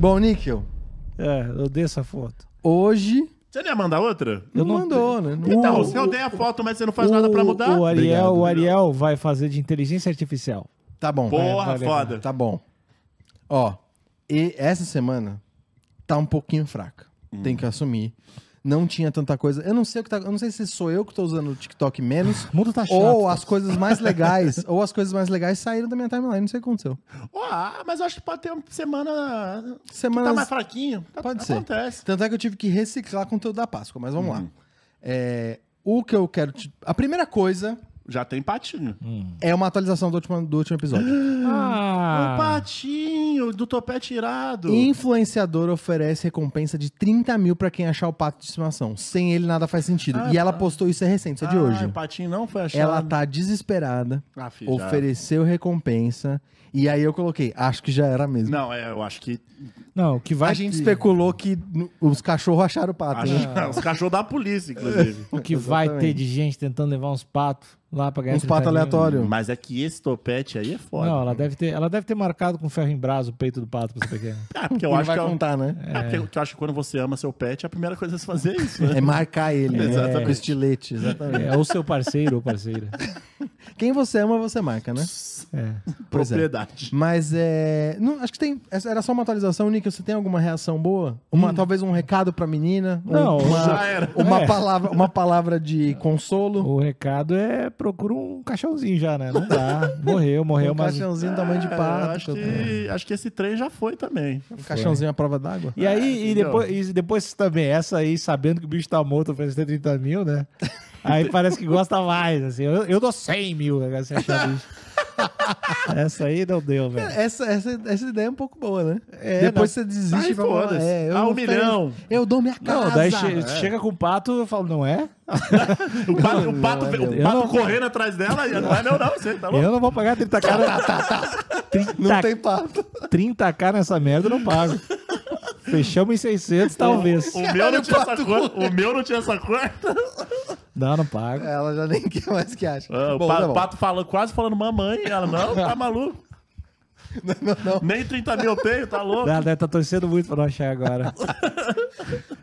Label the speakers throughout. Speaker 1: Bom, Níquel,
Speaker 2: É, eu odeio essa foto.
Speaker 1: hoje
Speaker 3: Você não ia mandar outra?
Speaker 1: não,
Speaker 2: Eu não-
Speaker 1: mandou, né? Não-
Speaker 3: Então,
Speaker 2: O-
Speaker 3: você odeia a foto, mas você não faz nada pra mudar?
Speaker 2: O Ariel,
Speaker 1: Obrigado.
Speaker 2: o Ariel vai fazer de inteligência artificial.
Speaker 1: Tá bom.
Speaker 3: Porra,
Speaker 2: Vai, vai,
Speaker 3: foda.
Speaker 1: Tá bom. Ó, e essa semana tá um pouquinho fraca. Tem que assumir. Não tinha tanta coisa. Eu não sei o que tá. Eu não sei se sou eu que tô usando o TikTok menos.
Speaker 2: O mundo tá chato.
Speaker 1: ou as coisas mais legais. ou as coisas mais legais saíram da minha timeline. Não sei o que aconteceu.
Speaker 3: Ó, ah, mas eu acho que pode ter uma semana que
Speaker 1: Semanas.
Speaker 3: tá mais fraquinho. Tá-
Speaker 1: Pode ser.
Speaker 3: Acontece.
Speaker 1: Tanto é que eu tive que reciclar conteúdo da Páscoa, mas vamos lá. É, o que eu quero. te- A primeira coisa
Speaker 3: Já tem patinho.
Speaker 1: é uma atualização do último, do último episódio.
Speaker 2: Ah,
Speaker 3: Um patinho do topete irado.
Speaker 1: Influenciador oferece recompensa de 30 mil pra quem achar o pato de estimação. Sem ele nada faz sentido. e ela postou isso é recente, isso é de
Speaker 3: Ah,
Speaker 1: hoje.
Speaker 3: o patinho não foi achado.
Speaker 1: Ela tá desesperada,
Speaker 3: Ah, fi, já.
Speaker 1: ofereceu recompensa. E aí eu coloquei, acho que já era mesmo.
Speaker 3: Não, é, eu acho que.
Speaker 1: Tá
Speaker 2: não, o que vai
Speaker 1: A gente
Speaker 2: te-
Speaker 1: especulou que n- os cachorros acharam o pato,
Speaker 3: acho-
Speaker 1: né?
Speaker 3: Os cachorros da polícia, inclusive.
Speaker 2: o que vai ter de gente tentando levar uns patos lá pra ganhar
Speaker 1: Uns patos
Speaker 2: 30 mil?
Speaker 1: aleatórios.
Speaker 3: Mas é que esse topete aí é foda.
Speaker 2: Não, ela deve ter, ela deve ter marcado com ferro em brasa o peito do pato pra você pegar.
Speaker 3: Ah, porque eu
Speaker 1: Não
Speaker 3: acho
Speaker 1: vai
Speaker 3: que é um-
Speaker 1: contar, né?
Speaker 3: É, porque eu- que eu acho que quando você ama seu pet, a primeira coisa a se fazer é isso,
Speaker 1: É
Speaker 3: né?
Speaker 1: marcar ele, né?
Speaker 3: Exatamente.
Speaker 1: Com estilete, exatamente.
Speaker 2: É, ou seu parceiro ou parceira.
Speaker 1: Quem você ama, você marca, né?
Speaker 2: É.
Speaker 1: pois é.
Speaker 3: Propriedade.
Speaker 1: Mas é. Não, acho que tem. essa Era só uma atualização, Nick. Você tem alguma reação boa? Uma, Talvez um recado pra menina? Um-
Speaker 2: Hum. Não,
Speaker 1: uma,
Speaker 3: já era.
Speaker 1: Uma,
Speaker 2: É.
Speaker 1: palavra, uma palavra de consolo.
Speaker 2: O recado é procura um caixãozinho já, né? Não dá. Morreu, morreu,
Speaker 1: um
Speaker 2: mas.
Speaker 1: caixãozinho do tamanho de
Speaker 3: É, eu
Speaker 1: pato.
Speaker 3: acho, que, acho que esse trem já foi também.
Speaker 1: Um caixãozinho à prova d'água.
Speaker 2: E aí, e
Speaker 3: Entendeu?
Speaker 2: depois, e depois também, essa aí, sabendo que o bicho tá morto, oferecer 30 mil, né? Aí parece que gosta mais, assim. Eu, eu dou 100 mil, né, assim, achar bicho. Essa aí não deu, velho.
Speaker 1: É, Essa, essa, essa ideia é um pouco boa, né?
Speaker 2: É,
Speaker 1: Depois você desiste
Speaker 3: Ai,
Speaker 1: e vai falar,
Speaker 3: tá, foda-se.
Speaker 1: é, eu
Speaker 3: Ah, um
Speaker 1: ofereço-
Speaker 3: milhão. É.
Speaker 1: Eu dou minha casa.
Speaker 2: Não, daí che-
Speaker 1: é.
Speaker 2: chega com o pato, eu falo, não é?
Speaker 3: O pato, o pato,
Speaker 1: não,
Speaker 3: o
Speaker 2: eu
Speaker 3: pato
Speaker 2: não-
Speaker 3: correndo atrás dela e não é meu, não. Você tá louco?
Speaker 2: Eu não vou pagar 30k. Tá,
Speaker 1: Não tem pato.
Speaker 2: 30k nessa merda, eu não pago. Fechamos em 600, talvez.
Speaker 3: É, O meu, não tinha essa cor, o meu não tinha essa cor.
Speaker 2: Não, não pago.
Speaker 1: Ela já nem quer mais que acha.
Speaker 3: Ah, o
Speaker 1: Bom,
Speaker 3: pa-
Speaker 1: tá
Speaker 3: o
Speaker 1: bom.
Speaker 3: pato falando, quase falando mamãe. Ela, não, tá maluco. Nem 30 mil eu tenho, tá louco?
Speaker 2: Ela deve tá torcendo muito pra não achar agora.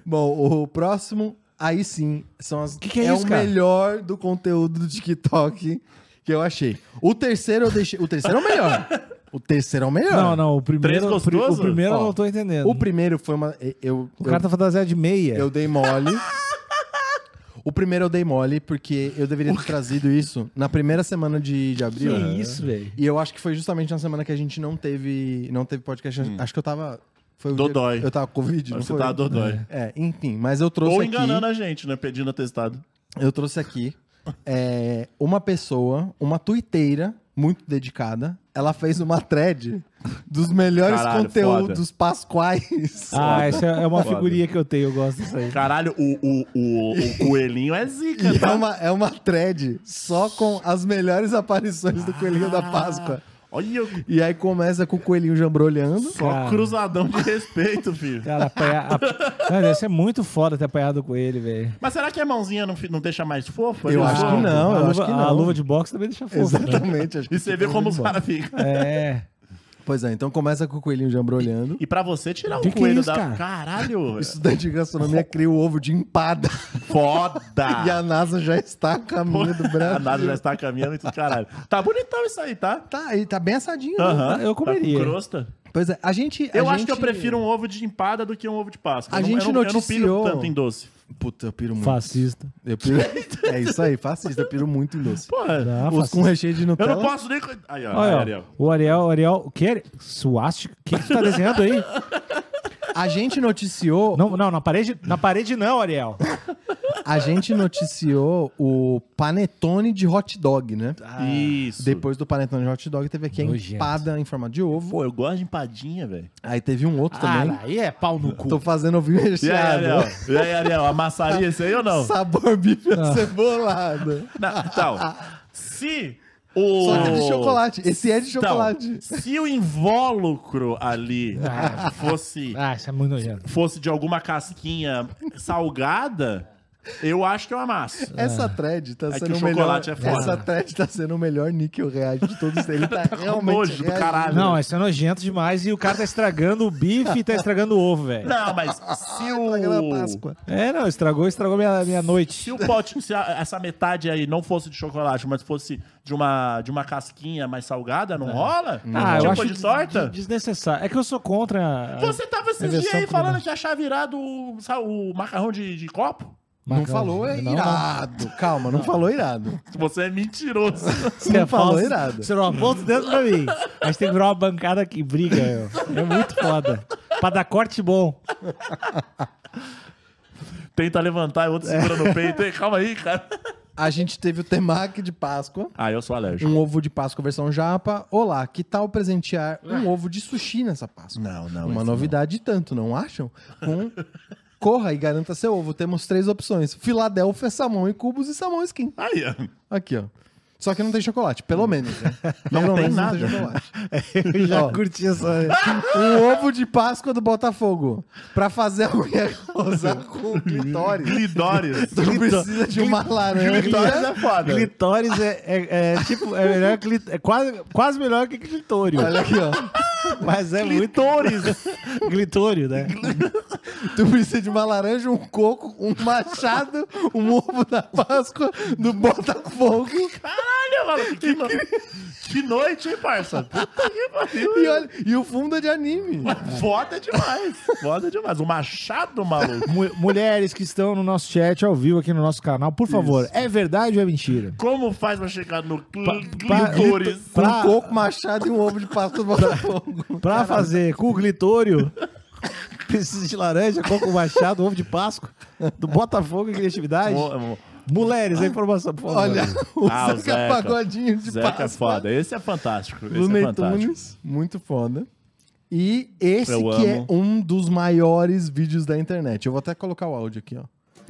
Speaker 1: Bom, o próximo, aí sim, são as.
Speaker 2: Que que é isso,
Speaker 1: o
Speaker 2: cara?
Speaker 1: melhor do conteúdo do TikTok que eu achei. O terceiro eu deixei. O terceiro é o melhor. O terceiro é o melhor.
Speaker 2: Não, não, o primeiro.
Speaker 3: Três
Speaker 2: O, pri- o
Speaker 3: gostoso?
Speaker 2: primeiro eu
Speaker 1: Ó,
Speaker 2: não tô entendendo.
Speaker 1: O
Speaker 2: O,
Speaker 1: primeiro foi uma. e- Eu,
Speaker 2: cara tá fantasiado de meia.
Speaker 1: eu, eu dei mole. O primeiro eu dei mole, porque eu deveria ter trazido isso na primeira semana de, de
Speaker 2: Que
Speaker 1: abril.
Speaker 3: É.
Speaker 2: isso, velho.
Speaker 1: E eu acho que foi justamente na semana que a gente não teve. Não teve podcast. Acho que eu tava. Foi o dia-
Speaker 3: Hum. Dodói.
Speaker 1: Eu tava com Covid, não
Speaker 3: Você
Speaker 1: foi?
Speaker 3: tá dodói.
Speaker 1: É, enfim, mas eu trouxe
Speaker 3: Ou
Speaker 1: aqui.
Speaker 3: enganando a gente, né? Pedindo atestado.
Speaker 1: Eu trouxe aqui é, uma pessoa, uma tuiteira muito dedicada. Ela fez uma thread dos melhores
Speaker 3: Caralho,
Speaker 1: conteúdos pasquais.
Speaker 2: Ah,
Speaker 3: Foda.
Speaker 2: essa é uma
Speaker 3: Foda.
Speaker 2: figurinha que eu tenho, eu gosto disso aí.
Speaker 3: Caralho, o, o, o, o coelhinho é zica,
Speaker 1: E é
Speaker 3: tá?
Speaker 1: uma, é uma thread só com as melhores aparições do Coelhinho da Páscoa.
Speaker 3: Ah, Olha o
Speaker 1: E aí começa com o Coelhinho jambrolhando.
Speaker 3: só
Speaker 2: Cara.
Speaker 3: cruzadão de respeito, filho.
Speaker 2: Cara, apanhar. A... Mano, deve ser muito foda ter apanhado com ele, velho.
Speaker 3: Mas será que a mãozinha não, fi- não deixa mais fofa?
Speaker 1: Eu
Speaker 3: Ele
Speaker 1: acho
Speaker 3: fala,
Speaker 1: que não,
Speaker 2: a
Speaker 1: eu
Speaker 2: luva,
Speaker 1: acho que não.
Speaker 2: A luva de boxe também deixa fofo. né?
Speaker 1: Exatamente. acho que
Speaker 3: E você vê
Speaker 1: tá
Speaker 3: como os
Speaker 1: muito bom.
Speaker 3: caras ficam.
Speaker 2: É.
Speaker 1: Pois é, então começa com o Coelhinho jambrolhando.
Speaker 3: E pra você tirar o
Speaker 2: Que que é
Speaker 3: coelho
Speaker 2: isso,
Speaker 3: da.
Speaker 2: cara?
Speaker 3: Caralho!
Speaker 1: O estudante de gastronomia cria o ovo de empada. E a
Speaker 3: Foda!
Speaker 1: NASA já está a caminho do Brasil.
Speaker 3: Ah. A nada já está caminhando e tudo, caralho. Tá bonitão isso aí, tá?
Speaker 1: Tá, e tá bem assadinho. né?
Speaker 3: Aham.
Speaker 2: Tá- eu comeria.
Speaker 3: Tá com crosta.
Speaker 1: Pois é, a gente. a
Speaker 3: Eu acho
Speaker 1: gente-
Speaker 3: que eu prefiro um ovo de empada do que um ovo de Páscoa.
Speaker 1: A
Speaker 3: Eu não-
Speaker 1: gente
Speaker 3: eu não, eu não
Speaker 1: noticiou-
Speaker 3: piro tanto em doce.
Speaker 1: Puta, eu piro muito.
Speaker 2: Fascista.
Speaker 1: Eu piro... é isso aí, fascista. Eu piro muito em doce.
Speaker 3: Porra,
Speaker 2: Tá,
Speaker 1: Os com Ah,
Speaker 2: fascista.
Speaker 1: recheio de
Speaker 3: eu
Speaker 1: Nutella.
Speaker 3: não posso nem. co- Aí, ó, aí,
Speaker 2: Olha,
Speaker 3: Ariel.
Speaker 2: ó, o Ariel, o Ariel, o que? Suástica? O que que tu tá desenhando aí?
Speaker 1: A gente noticiou,
Speaker 2: Não, não, na parede, na parede não, Ariel.
Speaker 1: a gente noticiou o panetone de hot dog, né?
Speaker 3: Ah, Isso.
Speaker 1: Depois do panetone de hot dog teve aqui a
Speaker 2: Nojento.
Speaker 1: empada em forma de ovo.
Speaker 3: Pô, eu gosto de empadinha, velho.
Speaker 1: Aí teve um outro
Speaker 2: Cara,
Speaker 1: também.
Speaker 2: aí é pau no cu.
Speaker 1: Tô fazendo ouvir
Speaker 3: E aí,
Speaker 1: recheado.
Speaker 3: Ariel? E aí, Ariel, amassaria esse aí ou não?
Speaker 1: Sabor bife acebolado.
Speaker 3: Na- Então, se o...
Speaker 1: Só que é de chocolate. Esse é de chocolate.
Speaker 3: Oh. Então, se o invólucro ali fosse,
Speaker 2: Ah, isso é muito nojento.
Speaker 3: fosse de alguma casquinha salgada, eu acho que eu amasso.
Speaker 1: Essa thread tá
Speaker 3: que
Speaker 1: sendo
Speaker 3: o
Speaker 1: o melhor.
Speaker 3: chocolate é foda.
Speaker 1: Essa thread tá sendo o melhor níquel reage de todos eles. Ele tá realmente.
Speaker 3: nojo do
Speaker 1: reagindo.
Speaker 3: caralho.
Speaker 2: Não, isso é nojento demais e o cara tá estragando o bife e tá estragando o ovo, velho.
Speaker 3: Não, mas se
Speaker 1: Estragando a
Speaker 3: o...
Speaker 1: Páscoa.
Speaker 2: É, não, estragou, estragou minha, minha noite.
Speaker 3: Se o pote, se a- essa metade aí não fosse de chocolate, mas fosse de uma, de uma casquinha mais salgada, não rola?
Speaker 2: Ah,
Speaker 3: tipo
Speaker 2: eu acho
Speaker 3: de torta?
Speaker 2: de- desnecessário. É que eu sou contra. a-
Speaker 3: Você tava
Speaker 2: É
Speaker 3: esses
Speaker 2: versão
Speaker 3: dias aí
Speaker 2: culinária.
Speaker 3: falando que achar virado o, sa- o macarrão de, de copo?
Speaker 1: Não
Speaker 2: Macarrão,
Speaker 1: falou, é
Speaker 2: não, não.
Speaker 1: irado. Calma, não falou irado.
Speaker 3: Você é mentiroso.
Speaker 2: Você
Speaker 1: não falou
Speaker 2: falso.
Speaker 1: irado.
Speaker 2: Você não aponta o dedo pra mim. A gente tem que virar uma bancada que briga, meu. É muito foda. Pra dar corte bom.
Speaker 3: Tenta levantar, e outro segura no peito. Ei, calma aí, cara.
Speaker 1: A gente teve o temaki de Páscoa.
Speaker 3: Ah, eu sou alérgico.
Speaker 1: Um ovo de Páscoa versão japa. Olá, que tal presentear um ovo de sushi nessa Páscoa?
Speaker 3: Não, não.
Speaker 1: Uma
Speaker 3: esse
Speaker 1: novidade e tanto, não acham? Com... Corra e garanta seu ovo. Temos três opções: Filadélfia, salmão em cubos e salmão skin.
Speaker 3: não. Aí, ó.
Speaker 1: Aqui, ó. Só que não tem chocolate, pelo menos. Né?
Speaker 3: Hum. Não
Speaker 1: Pelo
Speaker 3: tem
Speaker 1: menos
Speaker 3: nada.
Speaker 1: chocolate.
Speaker 2: Eu já
Speaker 1: Ó.
Speaker 2: curti essa.
Speaker 1: Um ovo de Páscoa do Botafogo. Pra fazer a mulher rosar com clitóris,
Speaker 3: Glidórias.
Speaker 1: tu precisa de uma
Speaker 3: Glidórias
Speaker 1: laranja.
Speaker 3: é foda.
Speaker 2: Clitóris é, é- é tipo, é melhor que lit- é quase, quase melhor que clitório.
Speaker 1: Olha aqui, ó.
Speaker 2: Mas é clitóris. muito. Clitório, né?
Speaker 1: Tu precisa de uma laranja, um coco, um machado, um ovo da Páscoa do Botafogo.
Speaker 3: Caralho, mano. Que, no- que noite, hein, parça? Puta que pariu.
Speaker 1: E, olha, e o fundo é de anime.
Speaker 3: Foda demais. Foda demais. O machado, maluco.
Speaker 2: Mu- mulheres que estão no nosso chat ao vivo aqui no nosso canal, por favor, é verdade ou é mentira?
Speaker 3: Como faz pra chegar no
Speaker 2: pa-
Speaker 3: glidórias?
Speaker 1: Com
Speaker 2: Pra-
Speaker 1: um coco, machado e um ovo de Páscoa do Botafogo.
Speaker 2: Pra fazer com o clitório, precisa de laranja, coco machado, ovo de Páscoa, do Botafogo e criatividade. Mulheres, a informação, por favor.
Speaker 1: Olha, o
Speaker 3: Ah, o
Speaker 1: Zeca,
Speaker 3: Zeca.
Speaker 1: Pagodinho de
Speaker 3: Zeca é
Speaker 1: Páscoa.
Speaker 3: foda. Esse é fantástico. Esse é
Speaker 1: Looney
Speaker 3: fantástico.
Speaker 1: Tunes, muito foda. E esse
Speaker 3: Eu
Speaker 1: que
Speaker 3: amo.
Speaker 1: é um dos maiores vídeos da internet. Eu vou até colocar o áudio aqui, ó.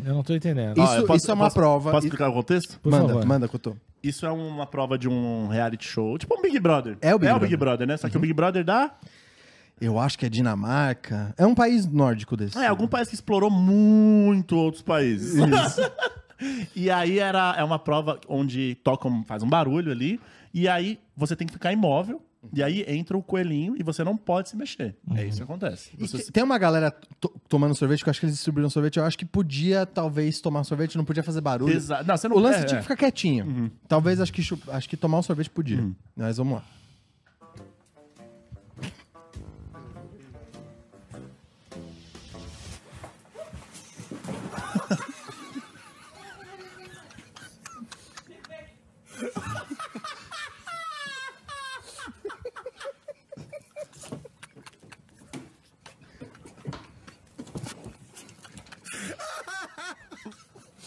Speaker 2: Eu não tô entendendo.
Speaker 1: E-
Speaker 3: Ó, eu
Speaker 1: Isso- isso é uma
Speaker 3: posso-
Speaker 1: prova.
Speaker 3: Posso explicar o contexto?
Speaker 2: Por
Speaker 1: manda,
Speaker 2: favor.
Speaker 1: manda, Cotô.
Speaker 3: Isso é uma prova de um reality show. Tipo um Big Brother.
Speaker 1: É o Big Brother.
Speaker 3: né? Só que o Big Brother dá.
Speaker 1: Eu acho que é Dinamarca. É um país nórdico desse.
Speaker 3: É algum país que explorou muito outros países. e aí era, é uma prova onde toca um- faz um barulho ali. E aí você tem que ficar imóvel. E aí entra o coelhinho e você não pode se mexer. É isso que acontece.
Speaker 1: Uhum. E
Speaker 3: Você
Speaker 1: te-
Speaker 3: se-
Speaker 1: Tem uma galera to- tomando sorvete, que eu acho que eles distribuíram sorvete. Eu acho que podia, talvez, tomar sorvete, não podia fazer barulho.
Speaker 3: Exa- Não, você não
Speaker 1: O lance
Speaker 3: é,
Speaker 1: tinha
Speaker 3: é.
Speaker 1: que ficar quietinho. Talvez, acho que, chu- acho que tomar um sorvete podia.
Speaker 3: Uhum.
Speaker 1: Mas vamos lá.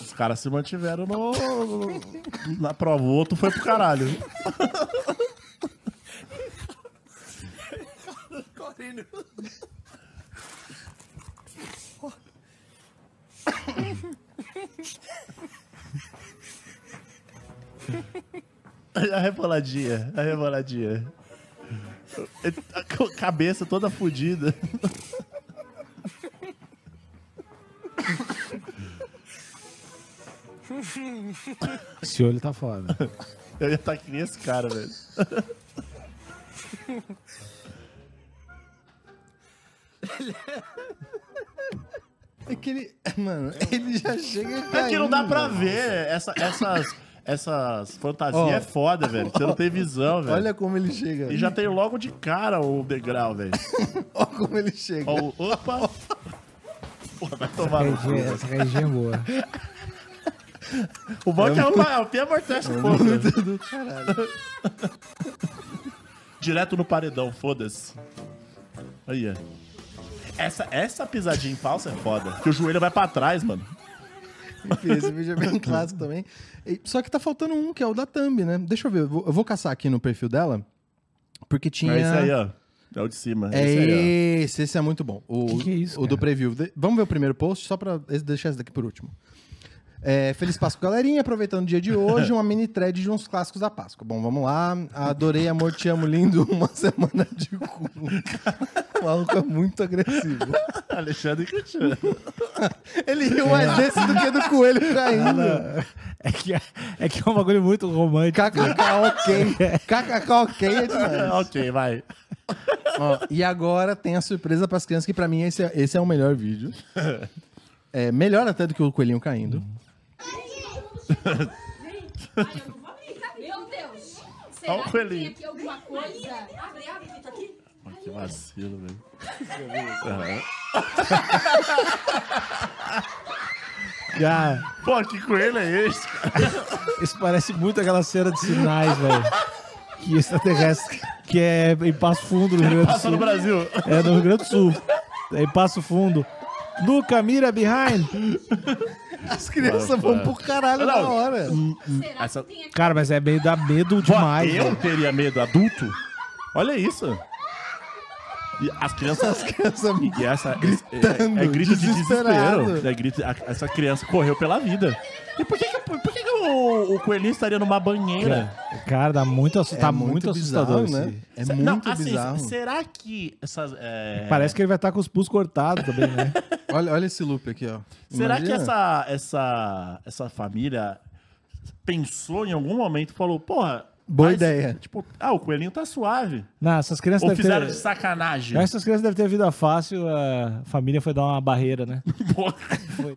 Speaker 3: Os caras se mantiveram no, na prova. O outro foi pro caralho. A reboladinha, a reboladinha. A ca- cabeça toda fodida.
Speaker 2: Esse olho tá foda.
Speaker 3: Eu ia estar que nem esse cara, velho.
Speaker 1: É que ele. Mano, ele já chega.
Speaker 3: É que não dá
Speaker 1: caindo.
Speaker 3: pra ver. Essa, essas, essas fantasias
Speaker 1: Ó.
Speaker 3: é foda, velho. Você não tem visão, velho.
Speaker 1: Olha como ele chega.
Speaker 3: E já tem logo de cara o degrau, velho.
Speaker 1: Olha como ele chega.
Speaker 3: Ó, o- Opa! Porra, vai tomar no
Speaker 2: Essa
Speaker 3: cu. velho.
Speaker 2: essa caidinha é boa.
Speaker 3: O bom é que é uma- é o Pia Morteste do povo, né? velho. Direto no paredão, foda-se. Aí, ó. Essa, essa pisadinha em falsa é foda. Porque o joelho vai pra trás, mano.
Speaker 1: Enfim, esse vídeo é bem clássico também. E- Só que tá faltando um, que é o da Thumb, né? Deixa eu ver, eu vou, eu vou caçar aqui no perfil dela. Porque tinha.
Speaker 3: É esse aí, ó. É o de cima.
Speaker 1: É
Speaker 3: esse aí, ó.
Speaker 1: esse, esse é muito bom. O,
Speaker 2: Que que é isso,
Speaker 1: o do
Speaker 2: cara?
Speaker 1: preview. De- Vamos ver o primeiro post, só pra esse- deixar esse daqui por último. É, Feliz Páscoa, galerinha. Aproveitando o dia de hoje, uma mini thread de uns clássicos da Páscoa. Bom, vamos lá. Adorei, amor, te amo, lindo. Uma semana de cu. O maluco é muito agressivo.
Speaker 3: Alexandre Cristiano.
Speaker 1: Ele riu mais desse do que do coelho caindo.
Speaker 2: É que, é que é um bagulho muito romântico.
Speaker 1: KKK ok. KKK ok é demais.
Speaker 3: ok, vai.
Speaker 1: Ó, e agora tem a surpresa para as crianças, que para mim esse é, esse é o melhor vídeo. É, melhor até do que o coelhinho caindo.
Speaker 4: Ai, eu não vou abrir, tá? Meu Deus! Será que tem
Speaker 3: coelhinho.
Speaker 4: aqui alguma coisa? Abre, abre, que tá aqui.
Speaker 3: Ai, que vacilo, velho.
Speaker 2: Já.
Speaker 3: Pô, que coelho é esse?
Speaker 2: Isso parece muito aquela cena de sinais, velho. Que extraterrestre. Que é em Passo Fundo, no Rio Grande do
Speaker 3: Passa
Speaker 2: Sul.
Speaker 3: no Brasil.
Speaker 2: É no Rio Grande do Sul. É em Passo Fundo. Luca, mira behind.
Speaker 1: As crianças vão pro caralho
Speaker 3: Não.
Speaker 1: na hora.
Speaker 4: Será
Speaker 3: Essa-
Speaker 4: que tem aqui?
Speaker 2: Cara, mas é meio dá medo demais.
Speaker 3: eu
Speaker 2: velho.
Speaker 3: teria medo adulto? Olha isso. E as crianças.
Speaker 1: Criança-
Speaker 3: E essa
Speaker 1: Gritando,
Speaker 3: é, é grito de
Speaker 1: desesperado.
Speaker 3: desespero. É grito, a- essa criança correu pela vida. E por que, que- por que que o, o coelhinho estaria numa banheira?
Speaker 2: Cara, dá muito, assu-
Speaker 1: É
Speaker 2: tá muito, assustador.
Speaker 1: bizarro,
Speaker 2: esse-
Speaker 1: É
Speaker 3: Se-
Speaker 1: muito
Speaker 3: não, assim,
Speaker 1: bizarro.
Speaker 3: Será que essas. é,
Speaker 2: Parece que ele vai estar com os pulsos cortados também, né?
Speaker 1: Olha, olha esse loop aqui, ó.
Speaker 3: Será
Speaker 1: Imagina.
Speaker 3: que essa, essa, essa família pensou em algum momento e falou, porra.
Speaker 1: Boa
Speaker 3: mas,
Speaker 1: ideia.
Speaker 3: Tipo, ah, o coelhinho tá suave.
Speaker 2: Não, essas crianças
Speaker 3: Ou
Speaker 2: devem
Speaker 3: fizeram
Speaker 2: ter...
Speaker 3: de sacanagem.
Speaker 2: Eu acho que Essas crianças devem ter vida fácil, a família foi dar uma barreira, né?
Speaker 3: Porra.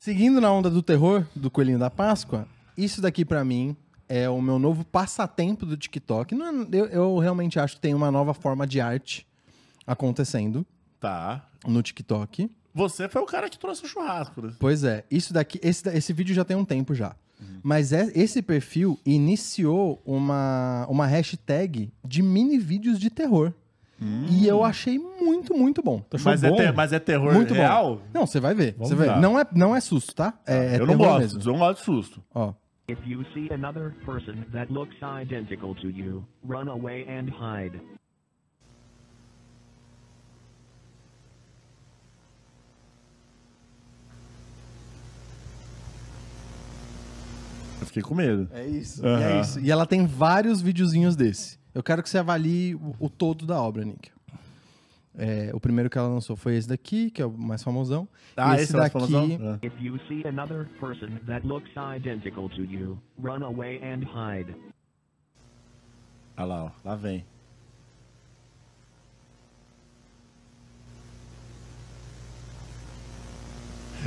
Speaker 1: Seguindo na onda do terror do coelhinho da Páscoa, isso daqui pra mim é o meu novo passatempo do TikTok. Não é- eu, eu realmente acho que tem uma nova forma de arte acontecendo
Speaker 3: Tá.
Speaker 1: no TikTok.
Speaker 3: Você foi o cara que trouxe o churrasco. né?
Speaker 1: Pois é, isso daqui, esse, da- esse vídeo já tem um tempo já. Mas é- esse perfil iniciou uma, uma hashtag de mini vídeos de terror. E eu achei muito, muito bom.
Speaker 2: Tu achou
Speaker 3: Mas,
Speaker 2: bom?
Speaker 3: é ter- mas é terror
Speaker 1: muito
Speaker 3: real?
Speaker 1: bom. Não, você vai ver.
Speaker 2: Vamos
Speaker 1: Você vai ver.
Speaker 3: lá. Ah,
Speaker 1: Não, é, não é susto, tá? É, é
Speaker 3: eu
Speaker 1: terror
Speaker 3: não gosto.
Speaker 1: mesmo.
Speaker 3: Eu não gosto de susto.
Speaker 1: Ó.
Speaker 5: If you see another person that looks identical to you, run away and hide.
Speaker 3: Eu fiquei com medo.
Speaker 1: É isso. E
Speaker 3: Aham.
Speaker 1: é isso. E ela tem vários videozinhos desse. Eu quero que você avalie o, o todo da obra, Nick. É, o primeiro que ela lançou foi esse daqui, que é o mais famosão.
Speaker 3: Ah,
Speaker 1: E
Speaker 3: esse, daqui... Famosão?
Speaker 5: If you see another person that looks identical to you, run away and hide.
Speaker 3: Ah lá, ó. Lá vem.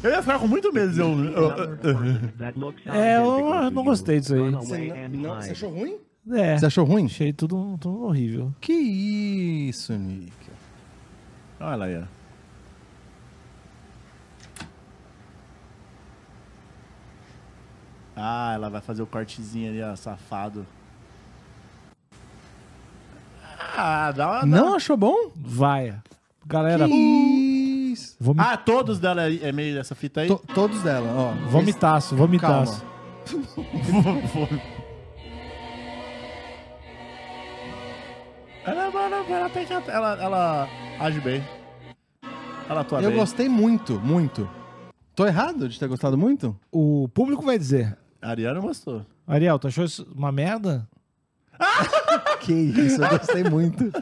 Speaker 3: Eu ia ficar com muito medo se eu...
Speaker 5: Another
Speaker 3: eu-
Speaker 5: person that looks
Speaker 2: É, eu
Speaker 5: identical to
Speaker 2: não
Speaker 5: you,
Speaker 2: gostei disso aí.
Speaker 5: run
Speaker 1: Você,
Speaker 5: away
Speaker 1: não-
Speaker 5: and
Speaker 1: não,
Speaker 5: hide.
Speaker 1: você achou ruim?
Speaker 2: É,
Speaker 1: Você achou ruim?
Speaker 2: achei tudo, um, tudo horrível.
Speaker 1: Que isso, Nick.
Speaker 3: Olha lá, aí, ó. Ah, ela vai fazer o cortezinho ali, ó, safado. Ah, dá uma... dá uma-
Speaker 1: Não achou bom?
Speaker 2: Vaia.
Speaker 1: Tá.
Speaker 2: Galera,
Speaker 1: Que isso.
Speaker 2: vom...
Speaker 3: Ah, todos dela é é meio dessa fita aí?
Speaker 1: To- todos dela, ó.
Speaker 2: vomitaço,
Speaker 1: Ah,
Speaker 2: vomitaço.
Speaker 1: Calma.
Speaker 3: ela, ela, ela, tem que- ela, ela age bem. Ela atua
Speaker 1: Eu
Speaker 3: bem.
Speaker 1: gostei muito, muito. Tô errado de ter gostado muito?
Speaker 2: O público vai dizer.
Speaker 3: A Ariana gostou.
Speaker 2: Ariel, tu achou isso uma merda?
Speaker 1: Que isso, eu gostei muito.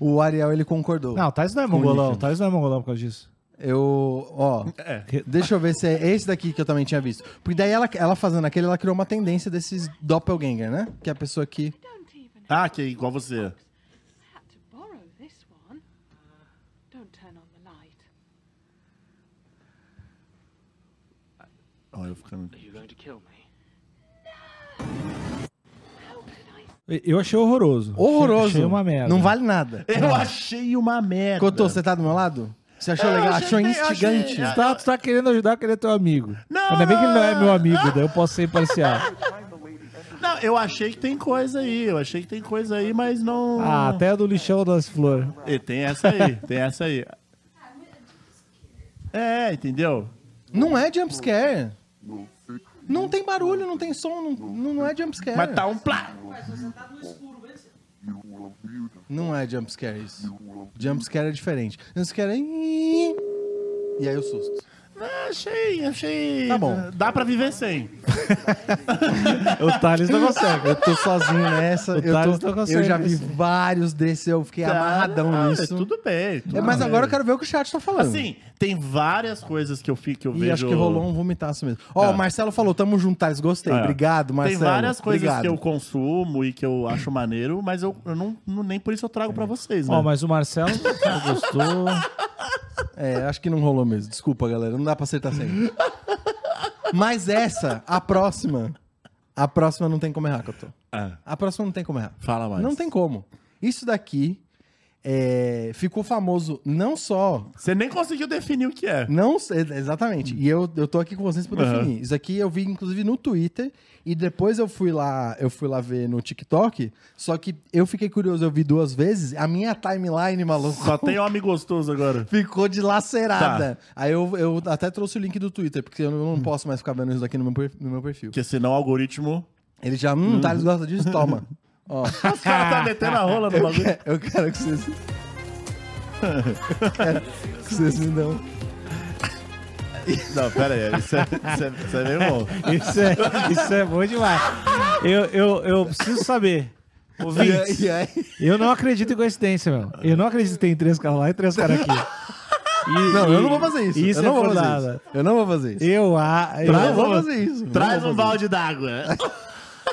Speaker 1: O Ariel, ele concordou.
Speaker 2: Não, o Thais não é
Speaker 1: Com
Speaker 2: mongolão.
Speaker 1: nível.
Speaker 2: O Thais não é mongolão por causa disso.
Speaker 1: Eu, ó,
Speaker 3: É.
Speaker 1: deixa eu ver se é esse daqui que eu também tinha visto. Porque daí ela, ela fazendo aquele, ela criou uma tendência desses doppelganger, né? Que é a pessoa que...
Speaker 6: Don't even
Speaker 3: Ah, que é igual você.
Speaker 6: had to borrow this one. Don't turn on the light.
Speaker 3: Olha, eu ficando...
Speaker 2: Eu achei horroroso.
Speaker 1: Horroroso.
Speaker 2: Achei uma merda.
Speaker 1: Não vale nada.
Speaker 3: Eu achei uma merda.
Speaker 1: Cotô, você tá do meu lado? Você achou legal?
Speaker 3: achei
Speaker 1: Achou
Speaker 3: bem-
Speaker 1: instigante?
Speaker 3: eu
Speaker 2: Tu tá, tu tá querendo ajudar, querendo teu amigo.
Speaker 3: Não!
Speaker 2: Ainda bem que ele não é meu amigo, daí eu posso ser parcial.
Speaker 3: Não, eu achei que tem coisa aí. Eu achei que tem coisa aí, mas não...
Speaker 2: Ah, até a do lixão das flores.
Speaker 3: E tem essa aí, tem essa aí. É, entendeu?
Speaker 1: Não é jumpscare. Não tem barulho, não tem som, não, não não é jumpscare.
Speaker 3: Mas tá um plá.
Speaker 1: Não é jumpscare isso. Jumpscare é diferente. Jumpscare é... E aí o susto.
Speaker 3: Ah, Achei, achei.
Speaker 1: Tá bom.
Speaker 3: Dá pra viver sem.
Speaker 2: O Thales não consegue.
Speaker 1: Eu tô sozinho nessa.
Speaker 2: O
Speaker 1: Eu,
Speaker 2: Thales
Speaker 1: tô-
Speaker 2: não consegue
Speaker 1: eu já vi
Speaker 2: isso.
Speaker 1: vários desses, eu fiquei amarradão
Speaker 3: Ah,
Speaker 1: nisso.
Speaker 3: Tudo bem. tudo
Speaker 1: É, mas
Speaker 3: bem.
Speaker 1: agora eu quero ver o que o chat tá falando.
Speaker 3: Assim, tem várias coisas que eu, fico, que eu
Speaker 1: E
Speaker 3: vejo.
Speaker 1: acho que rolou um vomitaço mesmo. Ó, o Marcelo falou, tamo junto, Thales, gostei.
Speaker 3: É.
Speaker 1: Obrigado, Marcelo.
Speaker 3: Tem várias coisas
Speaker 1: Obrigado.
Speaker 3: que eu consumo e que eu acho maneiro, mas eu, eu não, não- nem por isso eu trago pra vocês, né?
Speaker 2: Ó, mas o Marcelo não gostou.
Speaker 1: É, acho que não rolou mesmo. Desculpa, galera. Não dá pra acertar sempre. Mas essa, a próxima. A próxima não tem como errar, Cotô.
Speaker 3: Ah.
Speaker 1: A próxima não tem como errar.
Speaker 3: Fala mais.
Speaker 1: Não tem como. Isso daqui é, ficou famoso não só.
Speaker 3: Você nem conseguiu definir o que é.
Speaker 1: Não, s- exatamente. E eu, eu tô aqui com vocês pra definir. Isso aqui eu vi, inclusive, no Twitter. E depois eu fui lá, eu fui lá ver no TikTok. Só que eu fiquei curioso, eu vi duas vezes. A minha timeline, maluco.
Speaker 3: Só tem homem gostoso agora.
Speaker 1: Ficou
Speaker 2: Tá.
Speaker 1: dilacerada. Aí eu, eu até trouxe o link do Twitter, porque eu não posso mais ficar vendo isso daqui no meu, per- no meu perfil.
Speaker 3: Porque senão o algoritmo.
Speaker 1: Ele já, hum, Thales
Speaker 2: Uhum.
Speaker 1: gosta disso, toma. Ó,
Speaker 3: Os caras tá metendo a rola no bagulho.
Speaker 1: eu quero que vocês. quero que vocês me dão.
Speaker 3: Não, pera aí. Isso é, isso é, isso é meio bom.
Speaker 2: Isso é, isso é bom demais. Eu, eu, eu preciso saber. Ouvintes,
Speaker 1: E, e aí?
Speaker 2: eu não acredito em coincidência, meu. Eu não acredito que tem três caras lá e três caras aqui. E-
Speaker 1: Não, eu não
Speaker 2: e-
Speaker 1: vou fazer isso.
Speaker 2: Isso
Speaker 1: eu
Speaker 2: é
Speaker 1: não vou fazer
Speaker 2: furada.
Speaker 1: isso. Eu não vou fazer isso.
Speaker 2: Eu, a, eu
Speaker 1: Eu não vou fazer isso.
Speaker 3: Traz
Speaker 1: Não
Speaker 3: um
Speaker 1: vou fazer isso.
Speaker 3: balde d'água.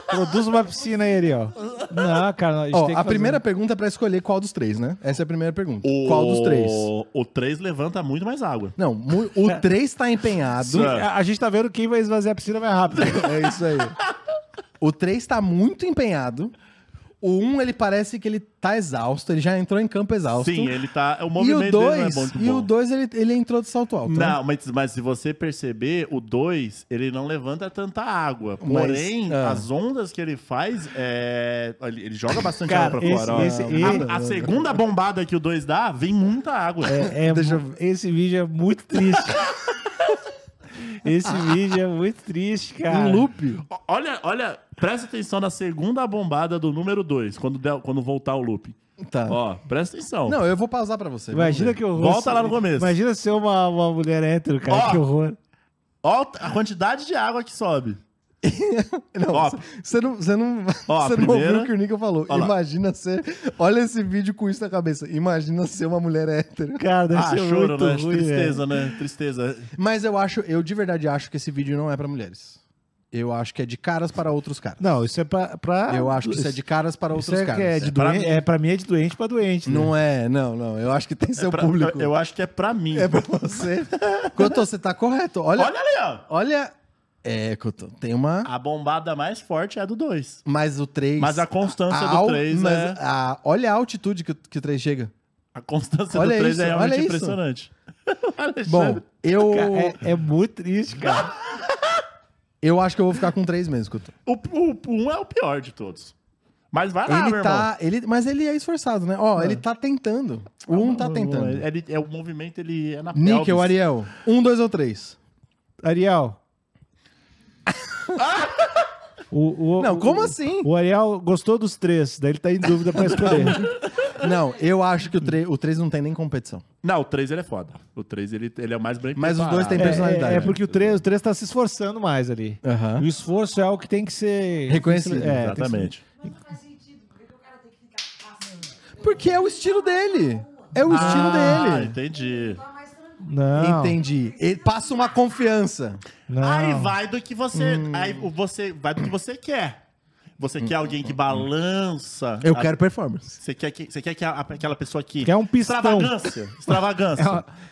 Speaker 2: Produz uma piscina aí, Ariel. Não, cara, a gente
Speaker 1: Ó,
Speaker 2: tem que
Speaker 1: a
Speaker 2: fazer.
Speaker 1: primeira pergunta é pra escolher qual dos três, né? Essa é a primeira pergunta. Qual dos três?
Speaker 3: O 3 levanta muito mais água.
Speaker 1: Não, mu- o três tá empenhado.
Speaker 3: Sim.
Speaker 2: A, a gente tá vendo quem vai esvaziar a piscina mais rápido.
Speaker 1: É isso aí. O 3 tá muito empenhado. O 1, ele parece que ele tá exausto, ele já entrou em campo exausto.
Speaker 3: Sim, ele tá. O
Speaker 1: e o
Speaker 3: movimento dele não é
Speaker 1: 2,
Speaker 3: bom. muito
Speaker 1: e
Speaker 3: bom.
Speaker 1: o né? 2 ele, ele entrou de salto alto. né?
Speaker 3: Não, mas, mas se você perceber, o 2, ele não levanta tanta água.
Speaker 1: Mas,
Speaker 3: Porém,
Speaker 1: ah.
Speaker 3: as ondas que ele faz, é... ele ele joga bastante
Speaker 2: Cara,
Speaker 3: água pra
Speaker 2: esse-
Speaker 3: fora. ó.
Speaker 2: esse-
Speaker 3: a,
Speaker 2: esse-
Speaker 3: a segunda bombada que o 2 dá, vem muita água.
Speaker 2: É, é
Speaker 1: Deixa
Speaker 2: mu- Esse vídeo é muito triste. Esse vídeo é muito triste, cara.
Speaker 1: Um loop.
Speaker 3: O- Olha, olha, presta atenção na segunda bombada do número 2, quando, der- quando voltar o loop.
Speaker 1: Tá.
Speaker 3: Ó, presta atenção.
Speaker 1: Não, eu vou pausar pra você. vamos
Speaker 2: Imagina
Speaker 1: ver.
Speaker 2: que horror.
Speaker 3: Volta
Speaker 2: se-
Speaker 3: lá no começo.
Speaker 2: Imagina ser uma, uma mulher hétero, cara.
Speaker 3: Ó.
Speaker 2: Que horror.
Speaker 3: Ó a quantidade de água que sobe.
Speaker 1: Não,
Speaker 3: Ó.
Speaker 1: você não, você não,
Speaker 3: Ó, a
Speaker 1: você não ouviu
Speaker 3: primeira-
Speaker 1: o que o Nico falou.
Speaker 3: Ó lá.
Speaker 1: Imagina ser. Olha esse vídeo com isso na cabeça. Imagina ser uma mulher hétero.
Speaker 2: Cara, deve
Speaker 3: Ah,
Speaker 2: ser
Speaker 3: choro,
Speaker 2: muito
Speaker 3: né?
Speaker 2: ruim, velho.
Speaker 3: Tristeza, né? Tristeza.
Speaker 1: Mas eu acho, eu de verdade acho que esse vídeo não é pra mulheres. Eu acho que é de caras para outros caras.
Speaker 2: Não, isso é pra... pra-
Speaker 1: Eu acho que isso é de caras para
Speaker 2: Isso
Speaker 1: outros
Speaker 2: é, que
Speaker 1: caras.
Speaker 2: é, de
Speaker 1: É
Speaker 2: pra
Speaker 3: pra
Speaker 2: doente,
Speaker 3: mim.
Speaker 2: é pra mim é de doente pra doente. né?
Speaker 1: Não é, não, não. Eu acho que tem seu
Speaker 3: É Pra-
Speaker 1: público.
Speaker 3: Eu acho que é pra mim.
Speaker 1: É pra você. Cotô, você tá correto. Olha.
Speaker 3: Olha
Speaker 1: Olha.
Speaker 3: ali, ó.
Speaker 1: É, Cotô, tem uma.
Speaker 3: A bombada mais forte é a do 2.
Speaker 1: Mas o 3.
Speaker 3: Mas a constância do três é-
Speaker 1: olha a altitude que, o- que o 3 chega.
Speaker 3: A constância
Speaker 1: Olha
Speaker 3: do 3
Speaker 1: isso,
Speaker 3: é
Speaker 1: olha
Speaker 3: realmente
Speaker 1: isso.
Speaker 3: impressionante. Alexandre.
Speaker 1: Bom, eu.
Speaker 2: Cara, é, é muito triste, cara.
Speaker 1: Eu acho que eu vou ficar com 3 mesmo, Cotô.
Speaker 3: o, o, o um é o pior de todos. Mas vai lá, Ah, meu
Speaker 1: Ele
Speaker 3: irmão.
Speaker 1: tá. Ele, mas ele é esforçado, né? Ó, ele tá tentando. O 1 um tá tentando.
Speaker 3: Ele, é o movimento, ele é na
Speaker 1: Níquel,
Speaker 3: pelvis.
Speaker 1: Ariel. 1, 2 ou 3?
Speaker 2: Ariel. O- o-
Speaker 1: Não,
Speaker 2: o-
Speaker 1: como assim? É
Speaker 2: O Ariel gostou dos três, daí ele tá em dúvida pra escolher.
Speaker 1: Não, eu acho que o 3 o três não tem nem competição.
Speaker 3: Não, o 3 ele é foda. O 3 ele, ele é o mais bem
Speaker 1: Mas os dois têm
Speaker 2: É,
Speaker 3: preparado.
Speaker 1: personalidade. né?
Speaker 2: É, é porque o 3 o três tá se esforçando mais ali.
Speaker 1: Aham.
Speaker 2: O esforço é algo que tem que ser.
Speaker 1: Reconhecido.
Speaker 2: tem que ser- é, tem que ser-
Speaker 3: Exatamente.
Speaker 4: Mas não faz sentido. Por que que o cara tem que ficar passando?
Speaker 1: Porque é o estilo dele. É o estilo
Speaker 3: Ah, então.
Speaker 1: dele.
Speaker 3: entendi.
Speaker 4: Tá mais tranquilo.
Speaker 2: Não.
Speaker 1: Entendi. Ele passa uma confiança.
Speaker 2: Não.
Speaker 3: Aí vai do que você... Aí o- você vai do que você quer. Você quer alguém que balança...
Speaker 1: Eu
Speaker 3: a-
Speaker 1: quero performance.
Speaker 3: Você quer, que, você quer que a- aquela pessoa que...
Speaker 2: Quer um pistão.
Speaker 3: Extravagância. Extravagância.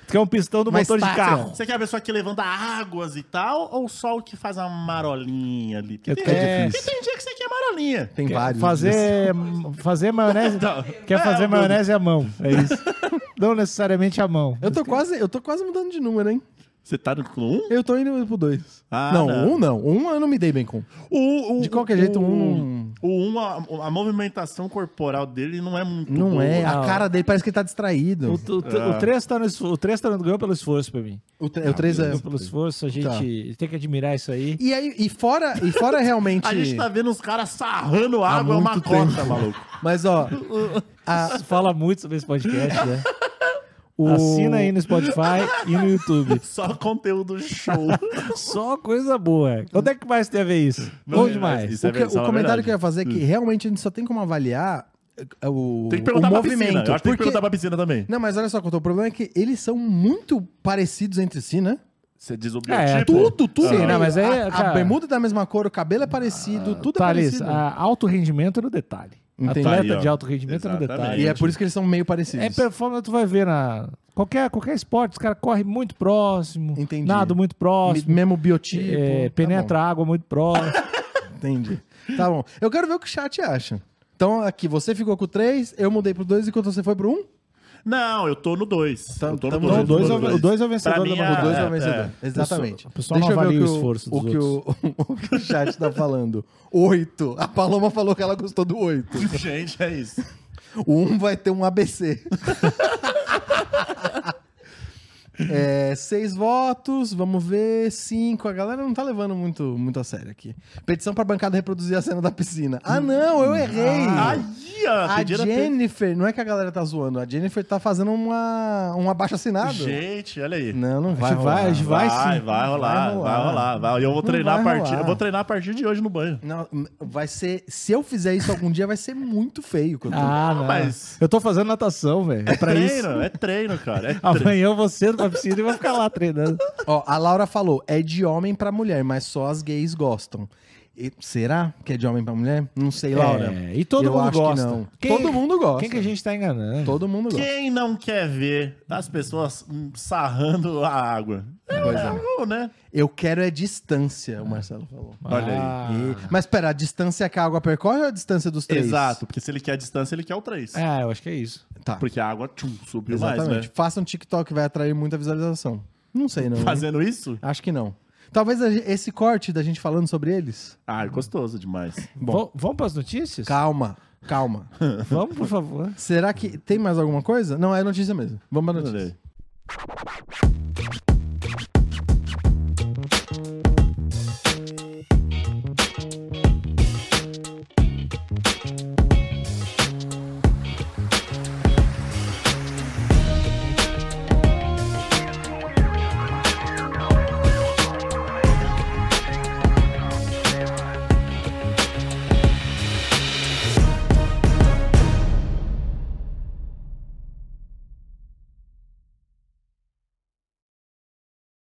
Speaker 2: Tu quer um pistão do
Speaker 1: Mas
Speaker 2: motor de
Speaker 1: taca.
Speaker 2: carro.
Speaker 3: Você quer a pessoa que levanta águas e tal, ou só o que faz a marolinha ali? Porque
Speaker 2: Eu
Speaker 3: tem,
Speaker 2: quero-
Speaker 3: porque tem dia que você quer marolinha.
Speaker 1: Tem
Speaker 2: Quer
Speaker 1: vários.
Speaker 2: Fazer, fazer maionese.
Speaker 3: Não.
Speaker 2: Quer fazer
Speaker 3: É,
Speaker 2: maionese à mão. É isso. Não necessariamente à mão.
Speaker 1: Eu tô, quase, eu tô quase mudando de número, hein?
Speaker 3: Você tá no com um?
Speaker 1: Eu tô indo pro dois.
Speaker 3: Ah,
Speaker 1: não,
Speaker 3: não.
Speaker 1: um não. Um eu não me dei bem com.
Speaker 3: O- o-
Speaker 1: De qualquer jeito,
Speaker 3: o-
Speaker 1: um.
Speaker 3: O um, a, a movimentação corporal dele não é muito
Speaker 1: Não
Speaker 3: boa.
Speaker 1: é,
Speaker 2: não.
Speaker 1: a cara dele parece que ele tá distraído.
Speaker 2: O, o,
Speaker 3: Ah.
Speaker 2: o, três tá no esforço, o três tá no ganhou pelo esforço pra mim.
Speaker 1: O, tre- o 3 é.
Speaker 2: Ganhou pelo esforço, a gente tem que admirar isso aí.
Speaker 1: E aí, e fora, e fora realmente.
Speaker 3: A gente tá vendo os caras sarrando
Speaker 1: há
Speaker 3: água, é uma
Speaker 1: muito
Speaker 3: cota,
Speaker 1: tempo.
Speaker 3: maluco.
Speaker 1: Mas ó,
Speaker 3: é
Speaker 1: a-
Speaker 2: Isso fala muito sobre esse podcast, né?
Speaker 1: o...
Speaker 2: Assina aí no Spotify e no YouTube.
Speaker 3: Só conteúdo show.
Speaker 2: Só coisa boa. Onde é que mais tem a ver isso?
Speaker 3: Não,
Speaker 2: Bom
Speaker 3: é,
Speaker 2: demais.
Speaker 3: isso é
Speaker 1: o, que-
Speaker 3: verdade,
Speaker 1: o
Speaker 3: é
Speaker 1: comentário
Speaker 3: verdade.
Speaker 1: que eu ia fazer é que realmente a gente só tem como avaliar eh, o,
Speaker 3: Tem que perguntar
Speaker 1: o
Speaker 3: pra
Speaker 1: movimento.
Speaker 3: piscina. Eu acho que tem que
Speaker 1: porque...
Speaker 3: perguntar pra piscina também.
Speaker 1: Não, mas olha só, Couto, o problema é que eles são muito parecidos entre si, né?
Speaker 3: Você diz o
Speaker 2: É,
Speaker 3: biotipo?
Speaker 1: Tudo, tudo.
Speaker 2: Sim, não, mas aí,
Speaker 1: a, a
Speaker 2: cara- Ah,
Speaker 1: bermuda é da mesma cor, o cabelo é parecido, tudo é
Speaker 2: Thales,
Speaker 1: parecido.
Speaker 2: a- alto rendimento é no detalhe.
Speaker 1: Entendi.
Speaker 2: Atleta
Speaker 3: Aí, ó.
Speaker 2: de alto rendimento é no
Speaker 3: Exatamente.
Speaker 2: detalhe.
Speaker 1: E é por isso que eles são meio parecidos.
Speaker 2: É performance, tu vai ver na. Qualquer, qualquer esporte, os caras correm muito próximo,
Speaker 1: Entendi.
Speaker 2: nada muito próximo,
Speaker 1: Mesmo biotipo.
Speaker 2: é,
Speaker 1: tá
Speaker 2: penetra água muito próximo.
Speaker 1: bom, entendi. Tá bom. Eu quero ver o que o chat acha. Então, aqui, você ficou com o 3, eu mudei pro 2, enquanto você foi pro 1? Um?
Speaker 3: Não, eu tô no 2.
Speaker 1: Tá-
Speaker 3: eu tô
Speaker 1: tá
Speaker 3: no
Speaker 1: bom.
Speaker 3: 2.
Speaker 1: Então, o dois
Speaker 2: é o- o dois é o vencedor da
Speaker 1: O
Speaker 2: maratona.
Speaker 1: 2 é,
Speaker 2: É,
Speaker 1: o vencedor. Exatamente.
Speaker 2: A pessoa não avalia o esforço dos
Speaker 1: o, que o, o que o chat tá falando. 8. A Paloma falou que ela gostou do 8.
Speaker 3: Gente, é isso.
Speaker 1: O 1 vai ter um ABC. É, seis votos, vamos ver. Cinco. A galera não tá levando muito, muito a sério aqui. Petição pra bancada reproduzir a cena da piscina. Ah, não, eu errei.
Speaker 3: Aí, ó,
Speaker 1: a
Speaker 3: pediram até-
Speaker 1: Jennifer, não é que a galera tá zoando, a Jennifer tá fazendo uma, um abaixo assinado.
Speaker 3: Gente, olha aí.
Speaker 1: Não, não
Speaker 2: A
Speaker 1: vai.
Speaker 2: gente vai, a
Speaker 1: rolar.
Speaker 2: gente vai,
Speaker 3: vai,
Speaker 2: sim.
Speaker 3: vai rolar, vai
Speaker 1: Vai
Speaker 3: rolar,
Speaker 1: rolar.
Speaker 3: vai E eu vou
Speaker 1: Não
Speaker 3: treinar a
Speaker 1: vai
Speaker 3: partir,
Speaker 1: rolar.
Speaker 3: eu vou treinar a partir de hoje no banho.
Speaker 1: Não, vai ser. Se eu fizer isso algum dia, vai ser muito feio. Couto.
Speaker 2: Ah, não.
Speaker 3: mas-
Speaker 2: Eu tô fazendo natação, velho. É pra
Speaker 3: treino,
Speaker 2: isso.
Speaker 3: é treino, cara. É
Speaker 1: Ah,
Speaker 3: treino.
Speaker 2: Amanhã eu vou cedo pra piscina e vou ficar lá treinando.
Speaker 1: Ó, a Laura falou: é de homem pra mulher, mas só as gays gostam. E- será que é de homem pra mulher? Não sei, Laura.
Speaker 2: É, e todo
Speaker 1: Eu
Speaker 2: mundo
Speaker 1: acho que
Speaker 2: gosta.
Speaker 1: não.
Speaker 2: Quem-
Speaker 1: Todo mundo gosta.
Speaker 2: Quem que a gente tá enganando?
Speaker 1: Todo mundo gosta.
Speaker 3: Quem não quer ver as pessoas hum, sarrando a água? É,
Speaker 1: Pois é.
Speaker 3: é, né?
Speaker 1: Eu quero é distância, o Marcelo falou.
Speaker 2: Ah.
Speaker 3: Olha
Speaker 1: E- mas pera, a distância que a água percorre ou a distância dos três?
Speaker 3: Exato, porque se ele quer a distância, ele quer o 3.
Speaker 2: Ah, eu acho que é isso.
Speaker 1: Tá.
Speaker 3: Porque a água tchum,
Speaker 2: é
Speaker 3: subiu
Speaker 1: Exatamente.
Speaker 3: mais, né?
Speaker 1: Faça um TikTok, vai atrair muita visualização. Não sei, não. hein?
Speaker 3: Fazendo isso?
Speaker 1: Acho que não. Talvez a ge- esse corte da gente falando sobre eles.
Speaker 3: Ah, é gostoso demais.
Speaker 2: Vamos vamos pras notícias?
Speaker 1: Calma, calma.
Speaker 2: Vamos, por favor.
Speaker 1: Será que tem mais alguma coisa? Não, é notícia mesmo. Vamos pra
Speaker 3: Olha aí.
Speaker 1: notícia.